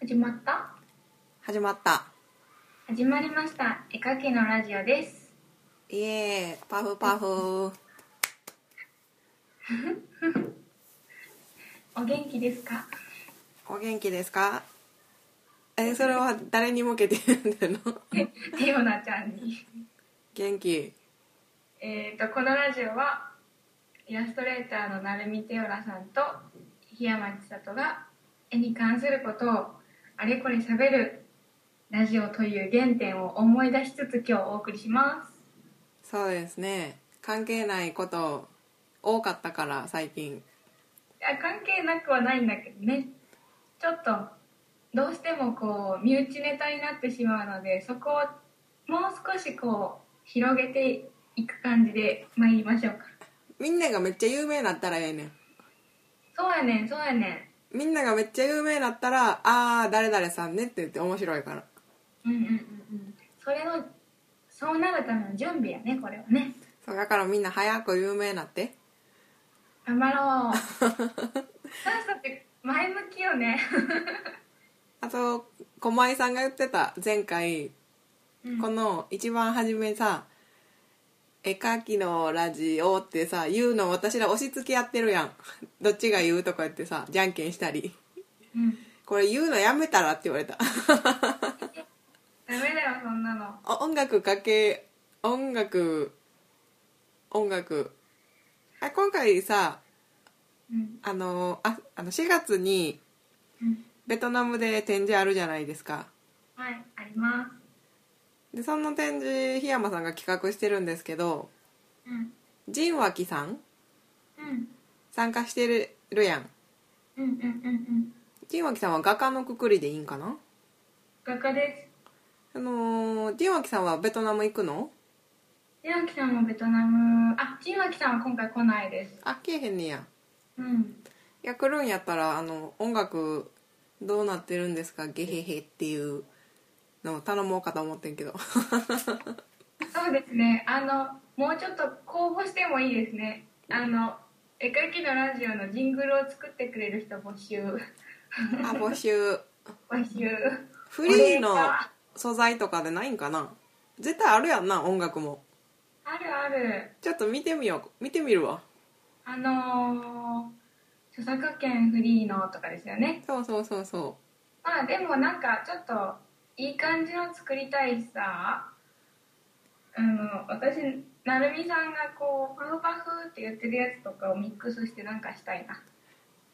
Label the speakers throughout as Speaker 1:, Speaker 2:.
Speaker 1: 始まった
Speaker 2: 始まった
Speaker 1: 始まりました絵描きのラジオです
Speaker 2: イエーイパフパフ
Speaker 1: お元気ですか
Speaker 2: お元気ですかえそれは誰に向けて言ってるの
Speaker 1: ティオナちゃんに
Speaker 2: 元気
Speaker 1: えっとこのラジオはイラストレーターの成美テオラさんと檜山千里が絵に関することをあれこれ喋るラジオという原点を思い出しつつ今日お送りします
Speaker 2: そうですね関係ないこと多かったから最近
Speaker 1: いや関係なくはないんだけどねちょっとどうしてもこう身内ネタになってしまうのでそこをもう少しこう広げていく感じで参りましょうか
Speaker 2: みんながめっちゃ有名になったらええねん
Speaker 1: そうやねんそうやね
Speaker 2: みんながめっちゃ有名になったらあー誰々さんねって言って面白いから
Speaker 1: んうんうんうんうんそれのそうなるための準備やねこれはね
Speaker 2: そうだからみんな早く有名になって
Speaker 1: 頑張ろう私たち前向きよね、
Speaker 2: あと駒井さんが言ってた前回
Speaker 1: うん
Speaker 2: この一番初めさ「絵描きのラジオ」ってさ言うの私ら押し付け合ってるやん どっちが言うとか言ってさじゃんけんしたり
Speaker 1: うん、
Speaker 2: これ言うのやめたらって言われた
Speaker 1: ダメだよそんなの
Speaker 2: お音楽かけ音楽音楽あ今回さ
Speaker 1: うん
Speaker 2: あのああの4月に
Speaker 1: うん
Speaker 2: ベトナムで展示あるじゃないですか
Speaker 1: はいありま
Speaker 2: でその展示檜山さんが企画してるんですけど
Speaker 1: すうん
Speaker 2: ジンワキさん
Speaker 1: うん
Speaker 2: 参加してるるやん
Speaker 1: うんうんうんうん
Speaker 2: ジンワキさんは画家のくくりでいいんかな
Speaker 1: 画家です
Speaker 2: あのー、ジンワキさんはベトナム行くの
Speaker 1: 岩木さんもベトナムあ新脇さんは今回来ないです
Speaker 2: あ来えへんねや
Speaker 1: うん
Speaker 2: いや来るんやったらあの音楽どうなってるんですかゲヘヘっていうのを頼もうかと思ってんけど
Speaker 1: そうですねあのもうちょっと公募してもいいですねあの絵描きのラジオのジングルを作ってくれる人募集
Speaker 2: あ募集
Speaker 1: 募集
Speaker 2: フリーの
Speaker 1: お願いか
Speaker 2: 素材とかでないんかな絶対あるやんな音楽も
Speaker 1: あるある
Speaker 2: ちょっと見てみよう見てみるわ
Speaker 1: あのー、著作権フリーのとかですよね
Speaker 2: そうそうそうそ
Speaker 1: まあでもなんかちょっといい感じの作りたいしさあの私なるみさんがこうパフパフって言ってるやつとかをミックスしてなんかしたいな
Speaker 2: う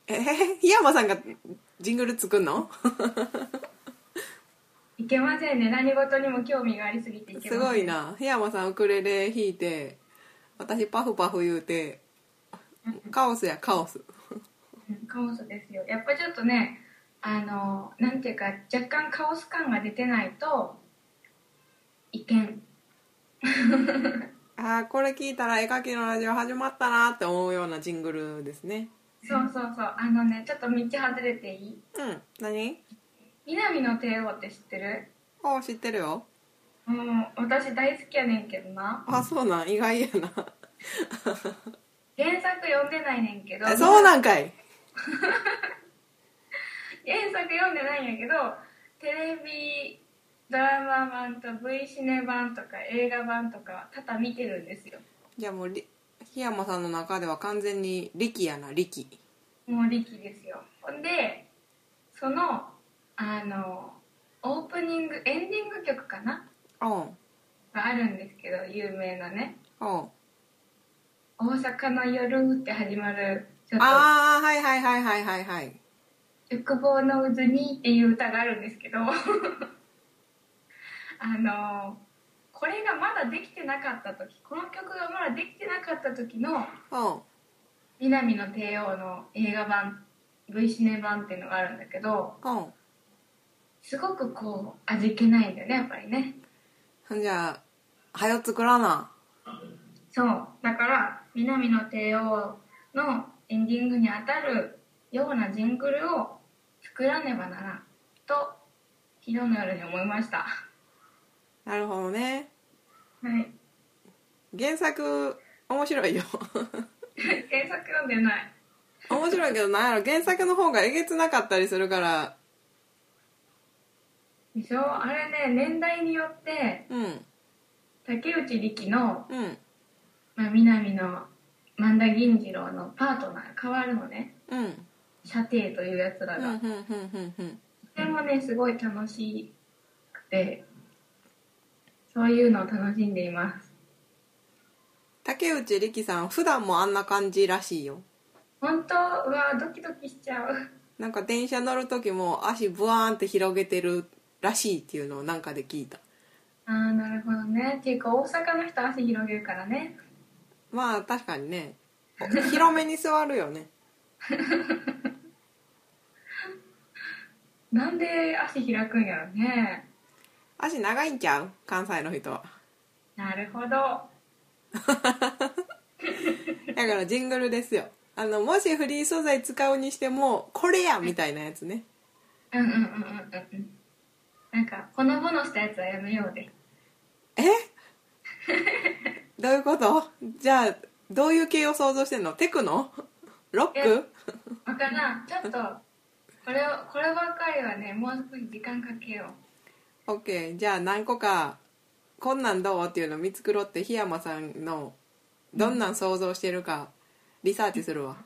Speaker 2: えへへ檜山さんがジングル作んの
Speaker 1: いけませんね何事にも興味がありすぎていけますせん
Speaker 2: ごいな檜山さんウクレレ弾いて私パフパフ言うてカオスやカオス
Speaker 1: うんカオスですよやっぱちょっとねあのなんていうか若干カオス感が出てないといけん
Speaker 2: ああこれ聞いたら絵描きのラジオ始まったなって思うようなジングルですね
Speaker 1: そうそうそうあのねちょっと道外れていい
Speaker 2: うん何
Speaker 1: 南の帝王って知ってる
Speaker 2: おー知ってるよ
Speaker 1: うん私大好きやねんけどな
Speaker 2: あそうなん意外やな
Speaker 1: 原作読んでないねんけど
Speaker 2: えそうなんかい
Speaker 1: 原作読んでないんやけどテレビドラマ版と V シネ版とか映画版とか多々見てるんですよ
Speaker 2: じゃあもうり檜山さんの中では完全に力やな力
Speaker 1: もう力ですよほんでそのあのオープニングエンディング曲かな
Speaker 2: おう
Speaker 1: があるんですけど有名なね
Speaker 2: おう
Speaker 1: 「大阪の夜」って始まるちょっと
Speaker 2: ああはいはいはいはいはいはい
Speaker 1: 「欲望の渦に」っていう歌があるんですけど あのこれがまだできてなかった時この曲がまだできてなかった時の
Speaker 2: おう
Speaker 1: 「南の帝王」の映画版 V シネ版っていうのがあるんだけど
Speaker 2: おう
Speaker 1: すごくこう味気ないんだよねやっぱりね
Speaker 2: ほんじゃあはよ作らな
Speaker 1: そうだから「南の帝王」のエンディングにあたるようなジングルを作らねばならんと昨日の夜に思いましたは
Speaker 2: なるほどね
Speaker 1: い
Speaker 2: 原作面白いよ
Speaker 1: 原作読んでない
Speaker 2: 面白いけどなんやろ原作の方がえげつなかったりするから
Speaker 1: でしょあれね年代によって
Speaker 2: うん
Speaker 1: 竹内力の、
Speaker 2: うん
Speaker 1: まあ、南の万田銀次郎のパートナーが変わるのね
Speaker 2: うん
Speaker 1: 射程というやつら
Speaker 2: うんう
Speaker 1: が、
Speaker 2: んうんうんうん
Speaker 1: それもねすごい楽しくてそういうのを楽しんでいます
Speaker 2: 竹内力さん普段もあんな感じらしいよ
Speaker 1: 本当うわドキドキしちゃう
Speaker 2: なんか電車乗る時も足ブワーンって広げてるらしいっていうのをなんかで聞いた
Speaker 1: あーなるほどねっていうか大阪の人足広げるからね
Speaker 2: まあ確かにね広めに座るよね
Speaker 1: なんで足開くんやろね
Speaker 2: 足長いんちゃう関西の人は
Speaker 1: なるほど
Speaker 2: だからジングルですよあのもしフリー素材使うにしてもこれやみたいなやつね
Speaker 1: うんうんうんうんうんうんなんかほのぼのしたやつはやめようで
Speaker 2: え どういうことじゃあどういう系を想像してんのテクノロック
Speaker 1: わからんちょっとこれをこればっかりはねもう少し時間かけよ
Speaker 2: ?OK じゃあ何個かこんなんどうっていうの見繕って檜山さんのどんなん想像してるかリサーチするわ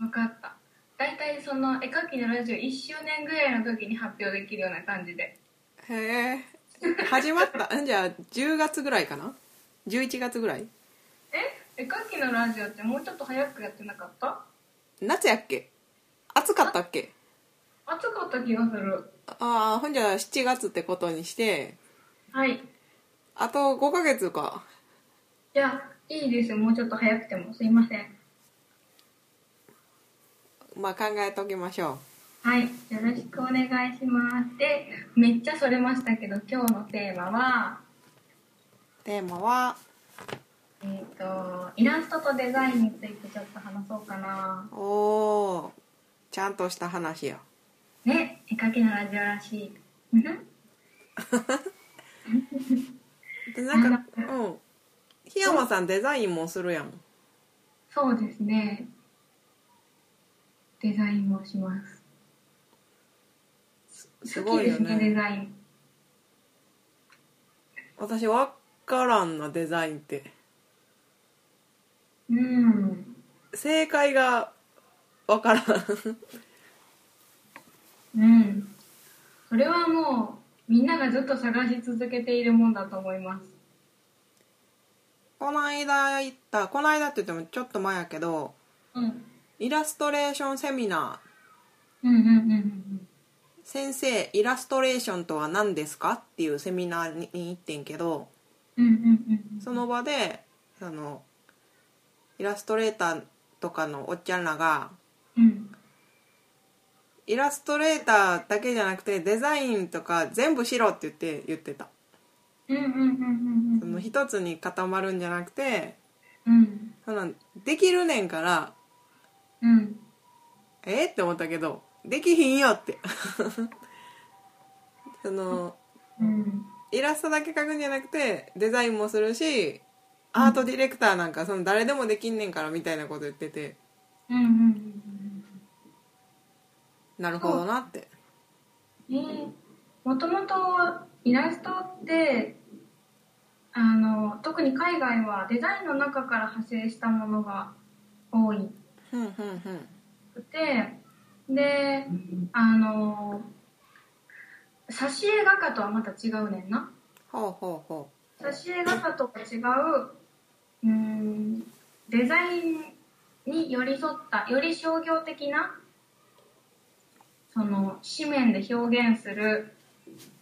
Speaker 1: う分かった大体その絵描きのラジオ1周年ぐらいの時に発表できるような感じで
Speaker 2: へえ始まったんじゃあ10月ぐらいかな11月ぐらい
Speaker 1: え絵描きのラジオってもうちょっと早くやってなかった
Speaker 2: 夏やっけ暑かったっけ
Speaker 1: 暑かった気がする
Speaker 2: ああほんじゃ7月ってことにして
Speaker 1: はい
Speaker 2: あと5ヶ月か
Speaker 1: いやいいですよもうちょっと早くてもすいません
Speaker 2: まあ考えときましょ
Speaker 1: はいよろしくお願いしますでめっちゃそれましたけど今日のテーマは
Speaker 2: うテーマは
Speaker 1: えっ、とイラストとデザインについてちょっと話そうかな
Speaker 2: おおちゃんとした話や
Speaker 1: ね絵描きのラジオらしいうんふん
Speaker 2: でなんかうん檜山さんデザインもするやん
Speaker 1: そうですねデザインもします
Speaker 2: すごいよ
Speaker 1: 好きですねデ
Speaker 2: ね
Speaker 1: ザイン
Speaker 2: 私わからんなデザインって
Speaker 1: うん
Speaker 2: 正解がわからん
Speaker 1: うんそれはもうみんながずっと探し続けているもんだと思います
Speaker 2: この間行ったこの間って言ってもちょっと前やけど
Speaker 1: うん
Speaker 2: イラストレーションセミナー
Speaker 1: うんうんうんうん
Speaker 2: 先生イラストレーションとは何ですかっていうセミナーに行ってんけど
Speaker 1: うんうんうんうん
Speaker 2: その場でそのイラストレーターとかのおっちゃんらが
Speaker 1: うん
Speaker 2: イラストレーターだけじゃなくてデザインとか全部しろって言って言ってた
Speaker 1: うんうんうん
Speaker 2: そ
Speaker 1: うんう
Speaker 2: の
Speaker 1: ん
Speaker 2: 一つに固まるんじゃなくて
Speaker 1: うん
Speaker 2: そのできるねんから
Speaker 1: うん
Speaker 2: えーって思ったけどできひんよって その
Speaker 1: うん
Speaker 2: イラストだけ描くんじゃなくてデザインもするしアートディレクターなんかその誰でもできんねんからみたいなこと言ってて
Speaker 1: うんうんうん
Speaker 2: なるほどなって
Speaker 1: うんえもともとイラストってあの特に海外はデザインの中から派生したものが多い
Speaker 2: ふんふんふん
Speaker 1: くてであの挿絵画家とはまた違うねんな
Speaker 2: ほうほうほ
Speaker 1: 挿絵画家とは違ううーんデザインに寄り添ったより商業的なその紙面で表現する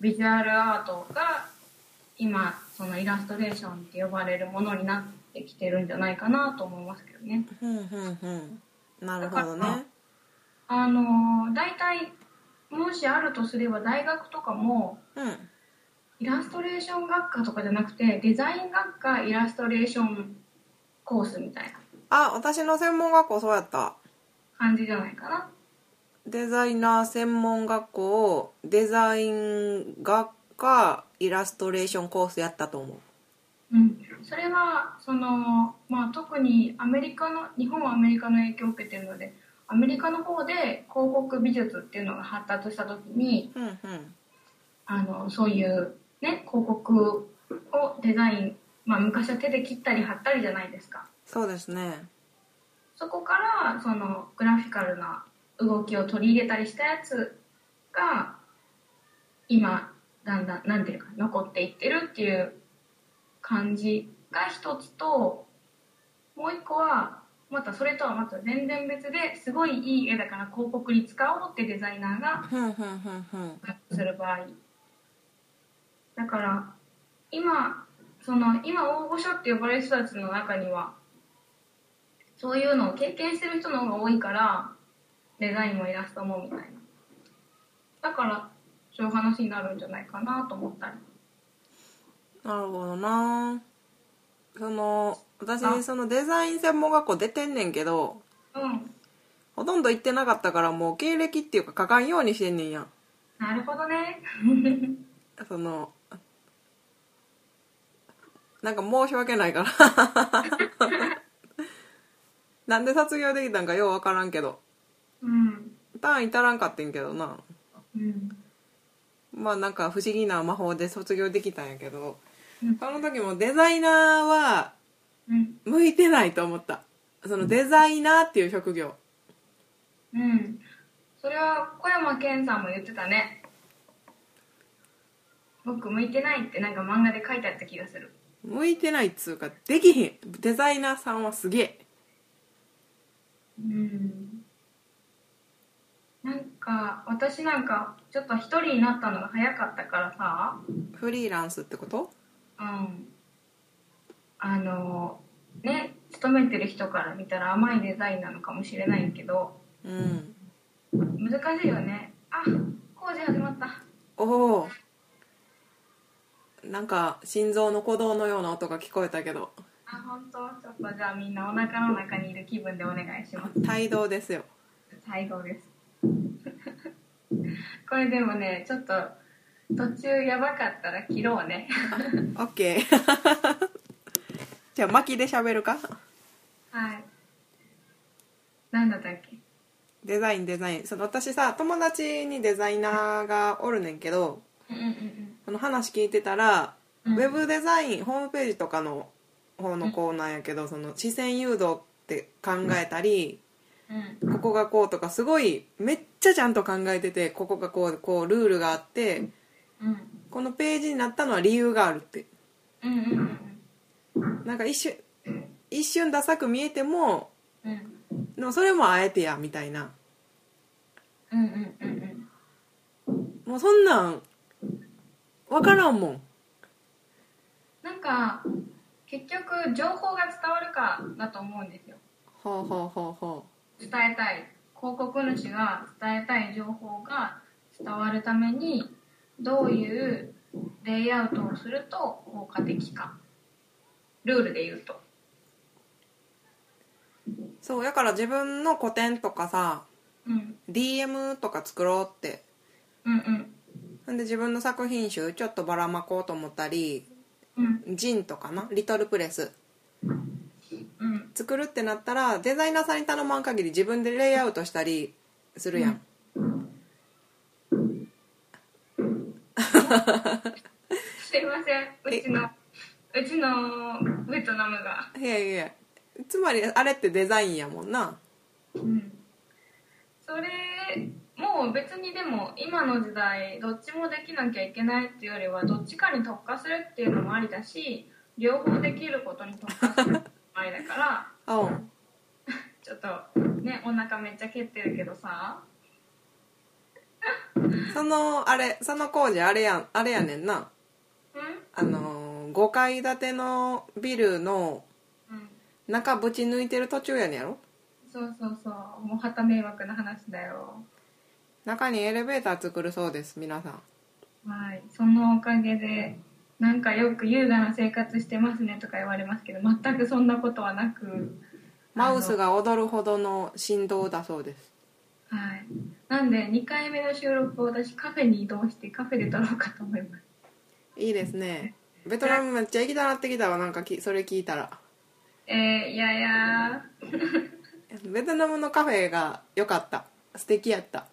Speaker 1: ビジュアルアートが今そのイラストレーションって呼ばれるものになってきてるんじゃないかなと思いますけどね。
Speaker 2: うふんふんふんなるほどね
Speaker 1: あのー大体もしあるとすれば大学とかも
Speaker 2: うん
Speaker 1: イラストレーション学科とかじゃなくてデザイン学科イラストレーションコースみたいな
Speaker 2: あ私の専門学校そうやった
Speaker 1: 感じじゃないかな
Speaker 2: デザイナー専門学校デザイン学科イラストレーションコースやったと思う
Speaker 1: うん、それはその、まあ、特にアメリカの日本はアメリカの影響を受けてるのでアメリカの方で広告美術っていうのが発達した時に
Speaker 2: うんうん
Speaker 1: ああのそういう、ね、広告をデザイン、まあ、昔は手で切ったり貼ったりじゃないですか
Speaker 2: そうですね
Speaker 1: そこからそのグラフィカルな動きを取り入れたりしたやつが今だんだんなんていうか残っていってるっていう感じが一つともう一個はまたそれとはまた全然別ですごいいい絵だから広告に使おうってデザイナーが
Speaker 2: ふんふんふんふん
Speaker 1: する場合だから今その今大御所って呼ばれる人たちの中にはそういうのを経験してる人の方が多いからデザインもイラストもみたいなだからそういう話になるんじゃないかなと思ったり
Speaker 2: なるほどなその私そのデザイン専門学校出てんねんけど
Speaker 1: うん
Speaker 2: ほとんど行ってなかったからもう経歴っていうか書かんようにしてんねんやん
Speaker 1: なるほどね
Speaker 2: そのなんか申し訳ないから なんで卒業できたんかようわからんけど
Speaker 1: うん
Speaker 2: 単位足らんかってんけどな
Speaker 1: うん
Speaker 2: まあなんか不思議な魔法で卒業できたんやけど
Speaker 1: うん
Speaker 2: その時もデザイナーは
Speaker 1: うん
Speaker 2: 向いてないと思ったそのデザイナーっていう職業
Speaker 1: うんそれは小山健さんも言ってたね僕向いてないってなんか漫画で書いてあった気がする
Speaker 2: 向いてないっつうかできひんデザイナーさんはすげえ
Speaker 1: うんなんか私なんかちょっと一人になったのが早かったからさ
Speaker 2: フリーランスってこと
Speaker 1: うんあのね勤めてる人から見たら甘いデザインなのかもしれないけど
Speaker 2: うん
Speaker 1: 難しいよねあ工事始まった
Speaker 2: おおなんか心臓の鼓動のような音が聞こえたけど
Speaker 1: あ本当ちょっとじゃあみんなお腹の中にいる気分でお願いします
Speaker 2: 帯同ですよ
Speaker 1: 最後です これでもねちょっと途中やばかったら切ろうね
Speaker 2: オッケー じゃあ巻きで喋るか
Speaker 1: はい何だったっけ
Speaker 2: デザインデザインその私さ友達にデザイナーがおるねんけど
Speaker 1: うんうん
Speaker 2: その話聞いてたら、
Speaker 1: うん
Speaker 2: ウェブデザインホームページとかの方の子なんやけどその視線誘導って考えたり、
Speaker 1: うん
Speaker 2: ここがこうとかすごいめっちゃちゃんと考えててここがこうこうルールがあって
Speaker 1: うん
Speaker 2: このページになったのは理由があるって
Speaker 1: うんうんうん
Speaker 2: なんか一瞬一瞬ダサく見えても
Speaker 1: うんうん
Speaker 2: でもそれもあえてやみたいな
Speaker 1: うんうんうんうん
Speaker 2: もうそんなん分からんもん
Speaker 1: なんか結局情報が伝わるかだと思うんですよ
Speaker 2: ほうほうほうほ
Speaker 1: 伝えたい広告主が伝えたい情報が伝わるためにどういうレイアウトをすると効果的かルールで言うと
Speaker 2: うそうだから自分の個展とかさ
Speaker 1: うん、
Speaker 2: DM とか作ろうって
Speaker 1: うんうん
Speaker 2: なんで自分の作品集ちょっとばらまこうと思ったり
Speaker 1: うん
Speaker 2: ジンとかなリトルプレス
Speaker 1: うん
Speaker 2: 作るってなったらデザイナーさんに頼まん限り自分でレイアウトしたりするやん、
Speaker 1: すいませんうちのうちのベトナムが
Speaker 2: いやいやいやつまりあれってデザインやもんな
Speaker 1: うんそれもう別にでも今の時代どっちもできなきゃいけないっていうよりはどっちかに特化するっていうのもありだし両方できることに特化するのもありだから
Speaker 2: あおん
Speaker 1: ちょっとねお腹めっちゃ蹴ってるけどさ
Speaker 2: そのあれその工事あれやんあれやねんな
Speaker 1: う
Speaker 2: あのー、5階建てのビルの
Speaker 1: んうん
Speaker 2: 中ぶち抜いてる途中やねんやろ
Speaker 1: そうそうそうもうはた迷惑な話だよ
Speaker 2: 中にエレベーター作るそうです皆さん
Speaker 1: はいそのおかげでなんかよく優雅な生活してますねとか言われますけど全くそんなことはなく
Speaker 2: マウスが踊るほどの振動だそうです
Speaker 1: はい。なんで2回目の収録を私カフェに移動してカフェで撮ろうかと思います。
Speaker 2: いいですねベトナムめっちゃ行きたなってきたわなんかきそれ聞いたら
Speaker 1: えー、いやいや
Speaker 2: ベトナムのカフェが良かった素敵やった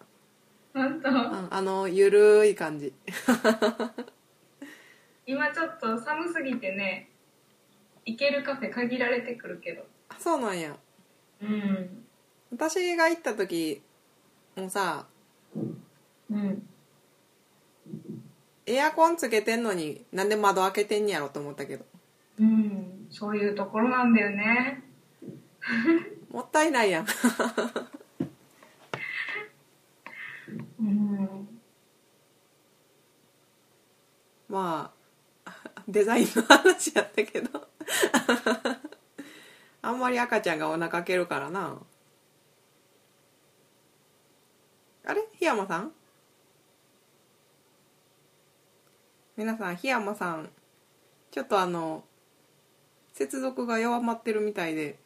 Speaker 1: 本当、
Speaker 2: うん、あのゆるい感じ
Speaker 1: 今ちょっと寒すぎてね行けるカフェ限られてくるけど
Speaker 2: あそうなんや
Speaker 1: うん
Speaker 2: 私が行った時もさ
Speaker 1: うん
Speaker 2: エアコンつけてんのになんで窓開けてんやろと思ったけど
Speaker 1: うんそういうところなんだよね
Speaker 2: もったいないやん
Speaker 1: うん
Speaker 2: まあ デザインの話やったけど あんまり赤ちゃんがお腹開けるからなあれ檜山さん皆さん檜山さんちょっとあの接続が弱まってるみたいで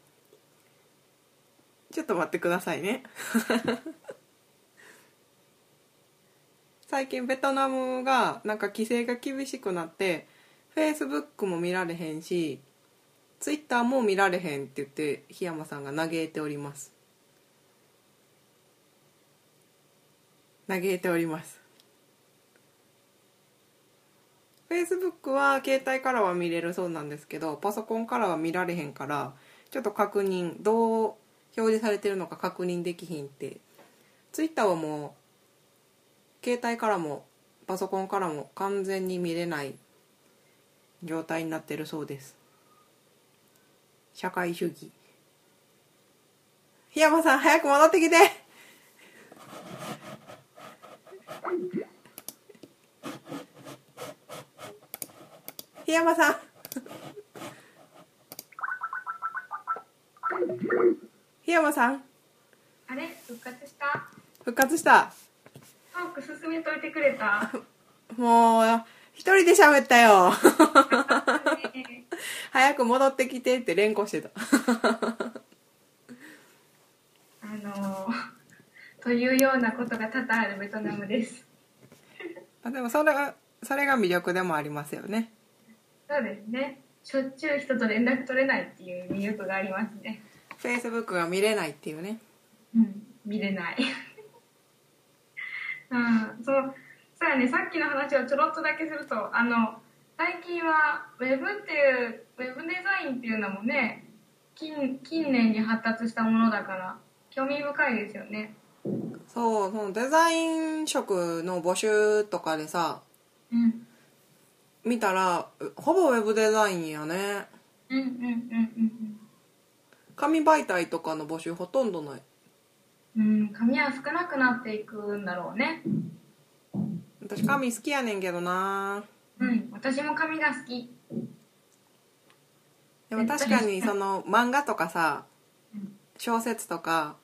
Speaker 2: ちょっと待ってくださいね最近ベトナムがなんか規制が厳しくなってフェイスブックも見られへんしツイッターも見られへんって言って檜山さんが嘆いております嘆いておりますフェイスブックは携帯からは見れるそうなんですけどパソコンからは見られへんからちょっと確認どう表示されてるのか確認できひんってツイッターはもう携帯からもパソコンからも完全に見れない状態になってるそうです社会主義檜山さん早く戻ってきて檜山さん檜山さん
Speaker 1: あれ復活した
Speaker 2: 復活した
Speaker 1: トーク進めといてくれた
Speaker 2: もう一人で喋ったよ
Speaker 1: ね
Speaker 2: 早く戻ってきてって連呼してた
Speaker 1: あのというようなことが多々あるベトナムです
Speaker 2: あでもそれがそれが魅力でもありますよね
Speaker 1: そうですねしょっちゅう人と連絡取れないっていう魅力がありますね
Speaker 2: Facebook が見れないっていうね
Speaker 1: うん見れないうんそうさあねさっきの話をちょろっとだけするとあの最近はウェブっていうウェブデザインっていうのもね近近年に発達したものだから興味深いですよね
Speaker 2: そうそのデザイン職の募集とかでさ
Speaker 1: うん
Speaker 2: 見たらうほぼウェブデザインやね
Speaker 1: うんうんうん
Speaker 2: 紙媒体とかの募集ほとんどない
Speaker 1: うんうんうん紙は少なくなっていくんだろうね
Speaker 2: 私紙好きやねんけどな
Speaker 1: うん私も紙が好き
Speaker 2: でも確かにその漫画とかさ
Speaker 1: うん
Speaker 2: 小説とか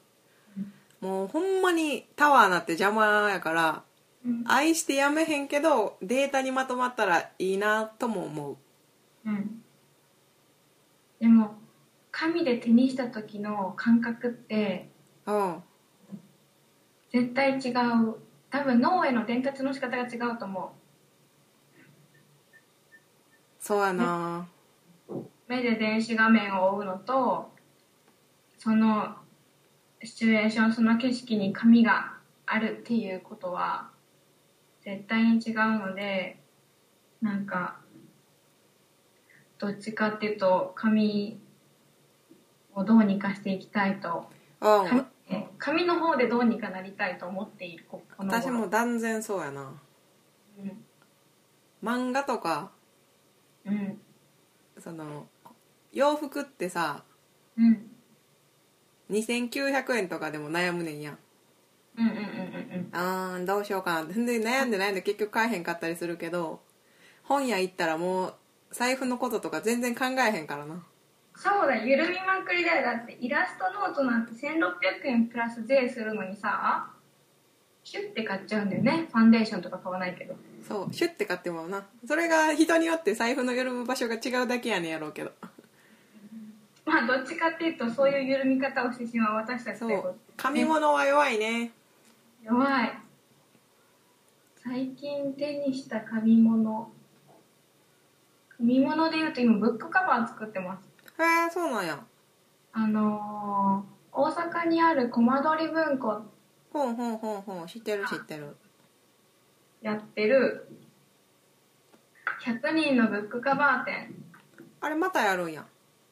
Speaker 2: もうほんまにタワーなって邪魔やから
Speaker 1: うん
Speaker 2: 愛してやめへんけどデータにまとまったらいいなとも思う
Speaker 1: うんでも紙で手にした時の感覚って
Speaker 2: うん
Speaker 1: 絶対違う多分脳への伝達の仕方が違うと思
Speaker 2: そうやな
Speaker 1: う目で電子画面を追うのとそのシチュエーションその景色に紙があるっていうことは絶対に違うのでなんかどっちかっていうと紙をどうにかしていきたいと
Speaker 2: うん
Speaker 1: 紙紙の方でどうにかなりたいと思っているここの頃
Speaker 2: 私も断然そうやな
Speaker 1: うん、
Speaker 2: 漫画とか
Speaker 1: うん
Speaker 2: その洋服ってさ
Speaker 1: うん、
Speaker 2: 2900円とかでも悩むねんやん
Speaker 1: うんうんうんうん
Speaker 2: あーどうしようかな全然悩んで悩んで結局買えへんかったりするけど本屋行ったらもう財布のこととか全然考えへんからな
Speaker 1: そうだ緩みまくりだよだってイラストノートなんて1600円プラス税するのにさシュッて買っちゃうんだよねファンデーションとか買わないけど
Speaker 2: そうシュッて買ってもらうなそれが人によって財布の緩む場所が違うだけやねんやろうけど
Speaker 1: まあどっちかっていうとそういう緩み方をしてしまう私たちっ
Speaker 2: そ
Speaker 1: てこと
Speaker 2: う紙物は弱いね
Speaker 1: 弱い最近手にした紙物紙物でいうと今ブックカバー作ってます
Speaker 2: へえそうなんや
Speaker 1: あのー大阪にあるコマ撮り文庫っ
Speaker 2: ほんほんほんほん知ってる知ってる
Speaker 1: やってる100人のブックカバー展
Speaker 2: あれまたやるんや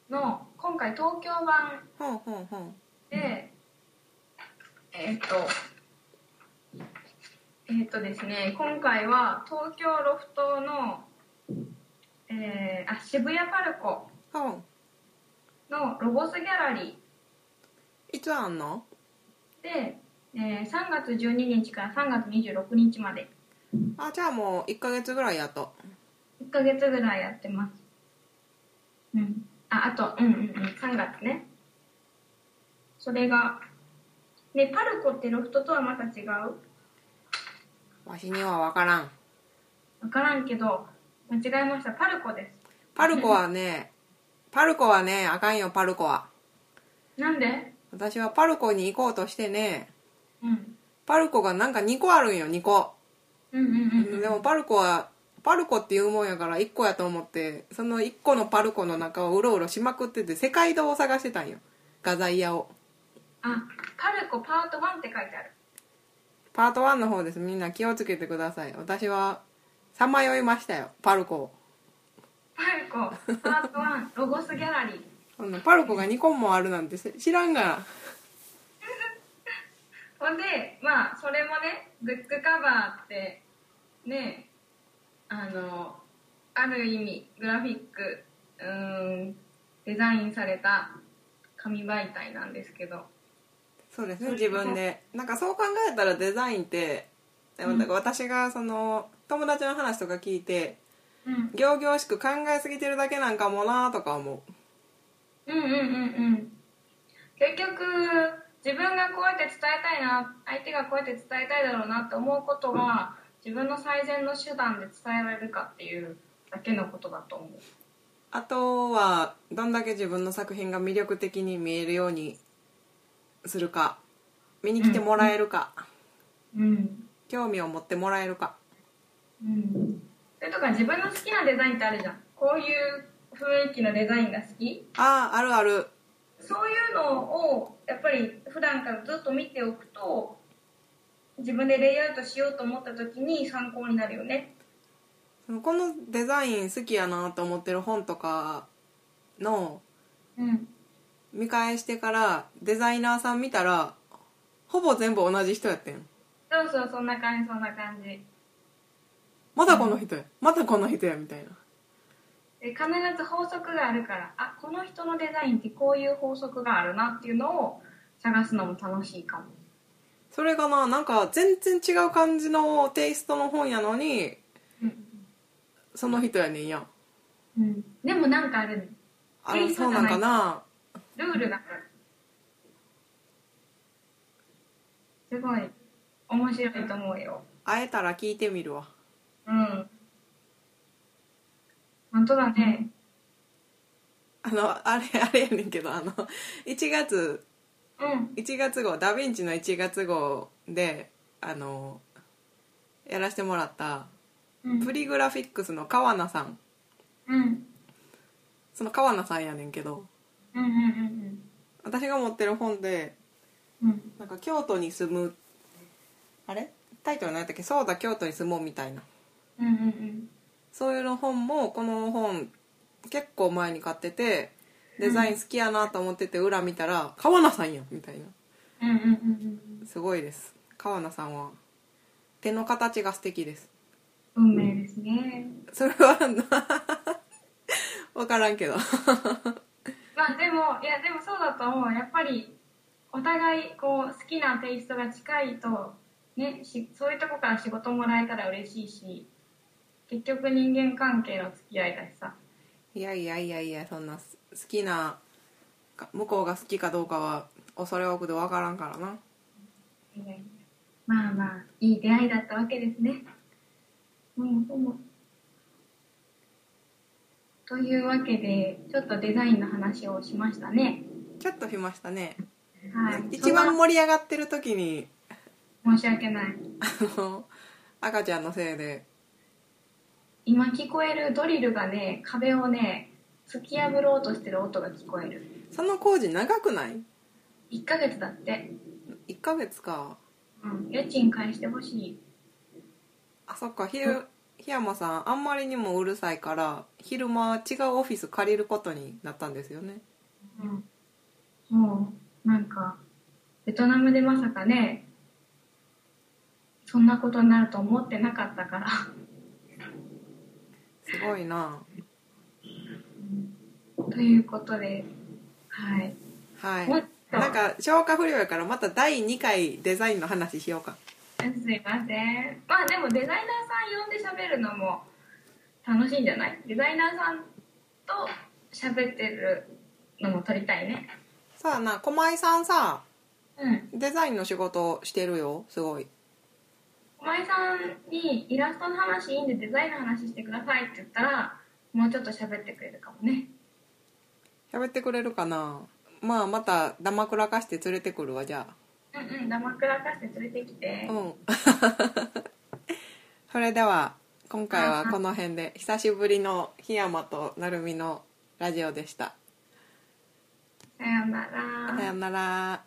Speaker 1: の今回東京版
Speaker 2: ほんほんほん
Speaker 1: でえーっとえーっとですね今回は東京ロフトの、えーあ渋谷パルコ
Speaker 2: ほん
Speaker 1: のロゴスギャラリー
Speaker 2: いつあんの
Speaker 1: で、えー3月12日から3月26日まで
Speaker 2: あじゃあもう1ヶ月ぐらいやっと
Speaker 1: 1ヶ月ぐらいやってますうんああとうんうんうん3月ねそれがねパルコってロフトとはまた違う
Speaker 2: わしには分からん
Speaker 1: 分からんけど間違えましたパルコで
Speaker 2: パルコは ねパルコはねあかんよパルコは
Speaker 1: すなんで
Speaker 2: 私はパルコに行こうとしてね
Speaker 1: うん
Speaker 2: パルコがなんか2個あるんよ2個
Speaker 1: うんうんうんうん
Speaker 2: でもパルコはパルコっていうもんやから1個やと思ってその1個のパルコの中をうろうろしまくってて世界堂を探してたんよ画材屋を
Speaker 1: あパルコパート1って書いてある
Speaker 2: パート1の方ですみんな気をつけてください私はさまよいましたよパルコを
Speaker 1: パルコパート1ロゴスギャラリー
Speaker 2: そんなパルコが2個もあるなんてせ知らんが
Speaker 1: ほんでまあそれもねブックカバーってねあのある意味グラフィックうーんデザインされた紙媒体なんですけど
Speaker 2: そうですね自分でなんかそう考えたらデザインって
Speaker 1: うん
Speaker 2: なんか私がその友達の話とか聞いて
Speaker 1: うん、
Speaker 2: 仰々しく考えすぎてるだけなんかもなとか思う
Speaker 1: うんうんうんうん結局自分がこうやって伝えたいな相手がこうやって伝えたいだろうなと思うことが自分の最善の手段で伝えられるかっていうだけのことだと思う
Speaker 2: あとはどんだけ自分の作品が魅力的に見えるようにするか見に来てもらえるか、
Speaker 1: うん
Speaker 2: 興味を持ってもらえるか
Speaker 1: うんそれとか自分の好きなデザインってあるじゃんこういう雰囲気のデザインが好き
Speaker 2: あああるある
Speaker 1: そういうのをやっぱり普段からずっと見ておくと自分でレイアウトしようと思った時に参考になるよね
Speaker 2: このデザイン好きやなと思ってる本とかの
Speaker 1: うん
Speaker 2: 見返してからデザイナーさん見たらほぼ全部同じ人やってん
Speaker 1: そうそうそんな感じそんな感じ
Speaker 2: またこの人やまたこの人やみたいな
Speaker 1: で必ず法則があるからあこの人のデザインってこういう法則があるなっていうのを探すのも楽しいかも
Speaker 2: それがななんか全然違う感じのテイストの本やのに
Speaker 1: うん、
Speaker 2: その人やねんや
Speaker 1: うん、でもなんかあるね
Speaker 2: あ
Speaker 1: テ
Speaker 2: の
Speaker 1: イス
Speaker 2: そ
Speaker 1: トじ
Speaker 2: うな
Speaker 1: ゃ
Speaker 2: ん
Speaker 1: ない
Speaker 2: かな
Speaker 1: ルールがあるすごい面白いと思うよ
Speaker 2: 会えたら聞いてみるわ
Speaker 1: うん本当だね
Speaker 2: あのあれあれやねんけどあの1月
Speaker 1: うん
Speaker 2: 1月号ダヴィンチの1月号であのやらせてもらった
Speaker 1: うん
Speaker 2: プリグラフィックスの川名さん
Speaker 1: うん
Speaker 2: その川名さんやねんけど
Speaker 1: うんうん
Speaker 2: 私が持ってる本で
Speaker 1: うんうん
Speaker 2: なんか京都に住むあれタイトル何やったっけ「そうだ京都に住もう」みたいな
Speaker 1: うんうんうん
Speaker 2: そういうの本もこの本結構前に買っててデザイン好きやなと思ってて裏見たら「川名さんやん」みたいな
Speaker 1: うんうんうん
Speaker 2: すごいです川名さんは手の形が素敵です
Speaker 1: 運命ですね
Speaker 2: それは分からんけど
Speaker 1: まあでもいやでもそうだと思うやっぱりお互いこう好きなテイストが近いとねしそういうとこから仕事もらえたら嬉しいし結局人間関係の付き合いだしさ
Speaker 2: いやいやいやいやそんなす好きなか向こうが好きかどうかは恐れ多くて分からんからな
Speaker 1: えーまあまあいい出会いだったわけですねうんでもというわけでちょっとデザインの話をしましたね
Speaker 2: ちょっとしましたね
Speaker 1: はい
Speaker 2: 一
Speaker 1: そ
Speaker 2: 番
Speaker 1: ん
Speaker 2: 盛り上がってる時に
Speaker 1: な申し訳ない
Speaker 2: あの赤ちゃんのせいで
Speaker 1: 今聞こえるドリルがね壁をね突き破ろうとしてる音が聞こえる
Speaker 2: その工事長くない
Speaker 1: 1ヶ月だって
Speaker 2: 1ヶ月か
Speaker 1: うん、家賃返してほしい
Speaker 2: あそっかひゆ檜山さんあんまりにもうるさいから昼間違うオフィス借りることになったんですよね
Speaker 1: うんそうなんかベトナムでまさかねそんなことになると思ってなかったから
Speaker 2: すごいな
Speaker 1: ということではい
Speaker 2: はい
Speaker 1: もっと
Speaker 2: なんか消化不良やからまた第2回デザインの話しようか
Speaker 1: すいませんまあでもデザイナーさん呼んで喋るのも楽しいんじゃないデザイナーさんと喋ってるのも撮りたいね
Speaker 2: さあな駒井さんさ
Speaker 1: うん
Speaker 2: デザインの仕事してるよすごい
Speaker 1: 駒井さんにイラストの話いいんでデザインの話してくださいって言ったらもうちょっと喋ってくれるかもね
Speaker 2: 喋ってくれるかなまあまたダマくらかして連れてくるわじゃ
Speaker 1: うんうん黙くらかして連れてきて
Speaker 2: あうん それでは今回はこの辺で久しぶりの檜山と成美のラジオでした
Speaker 1: さようなら
Speaker 2: さよなら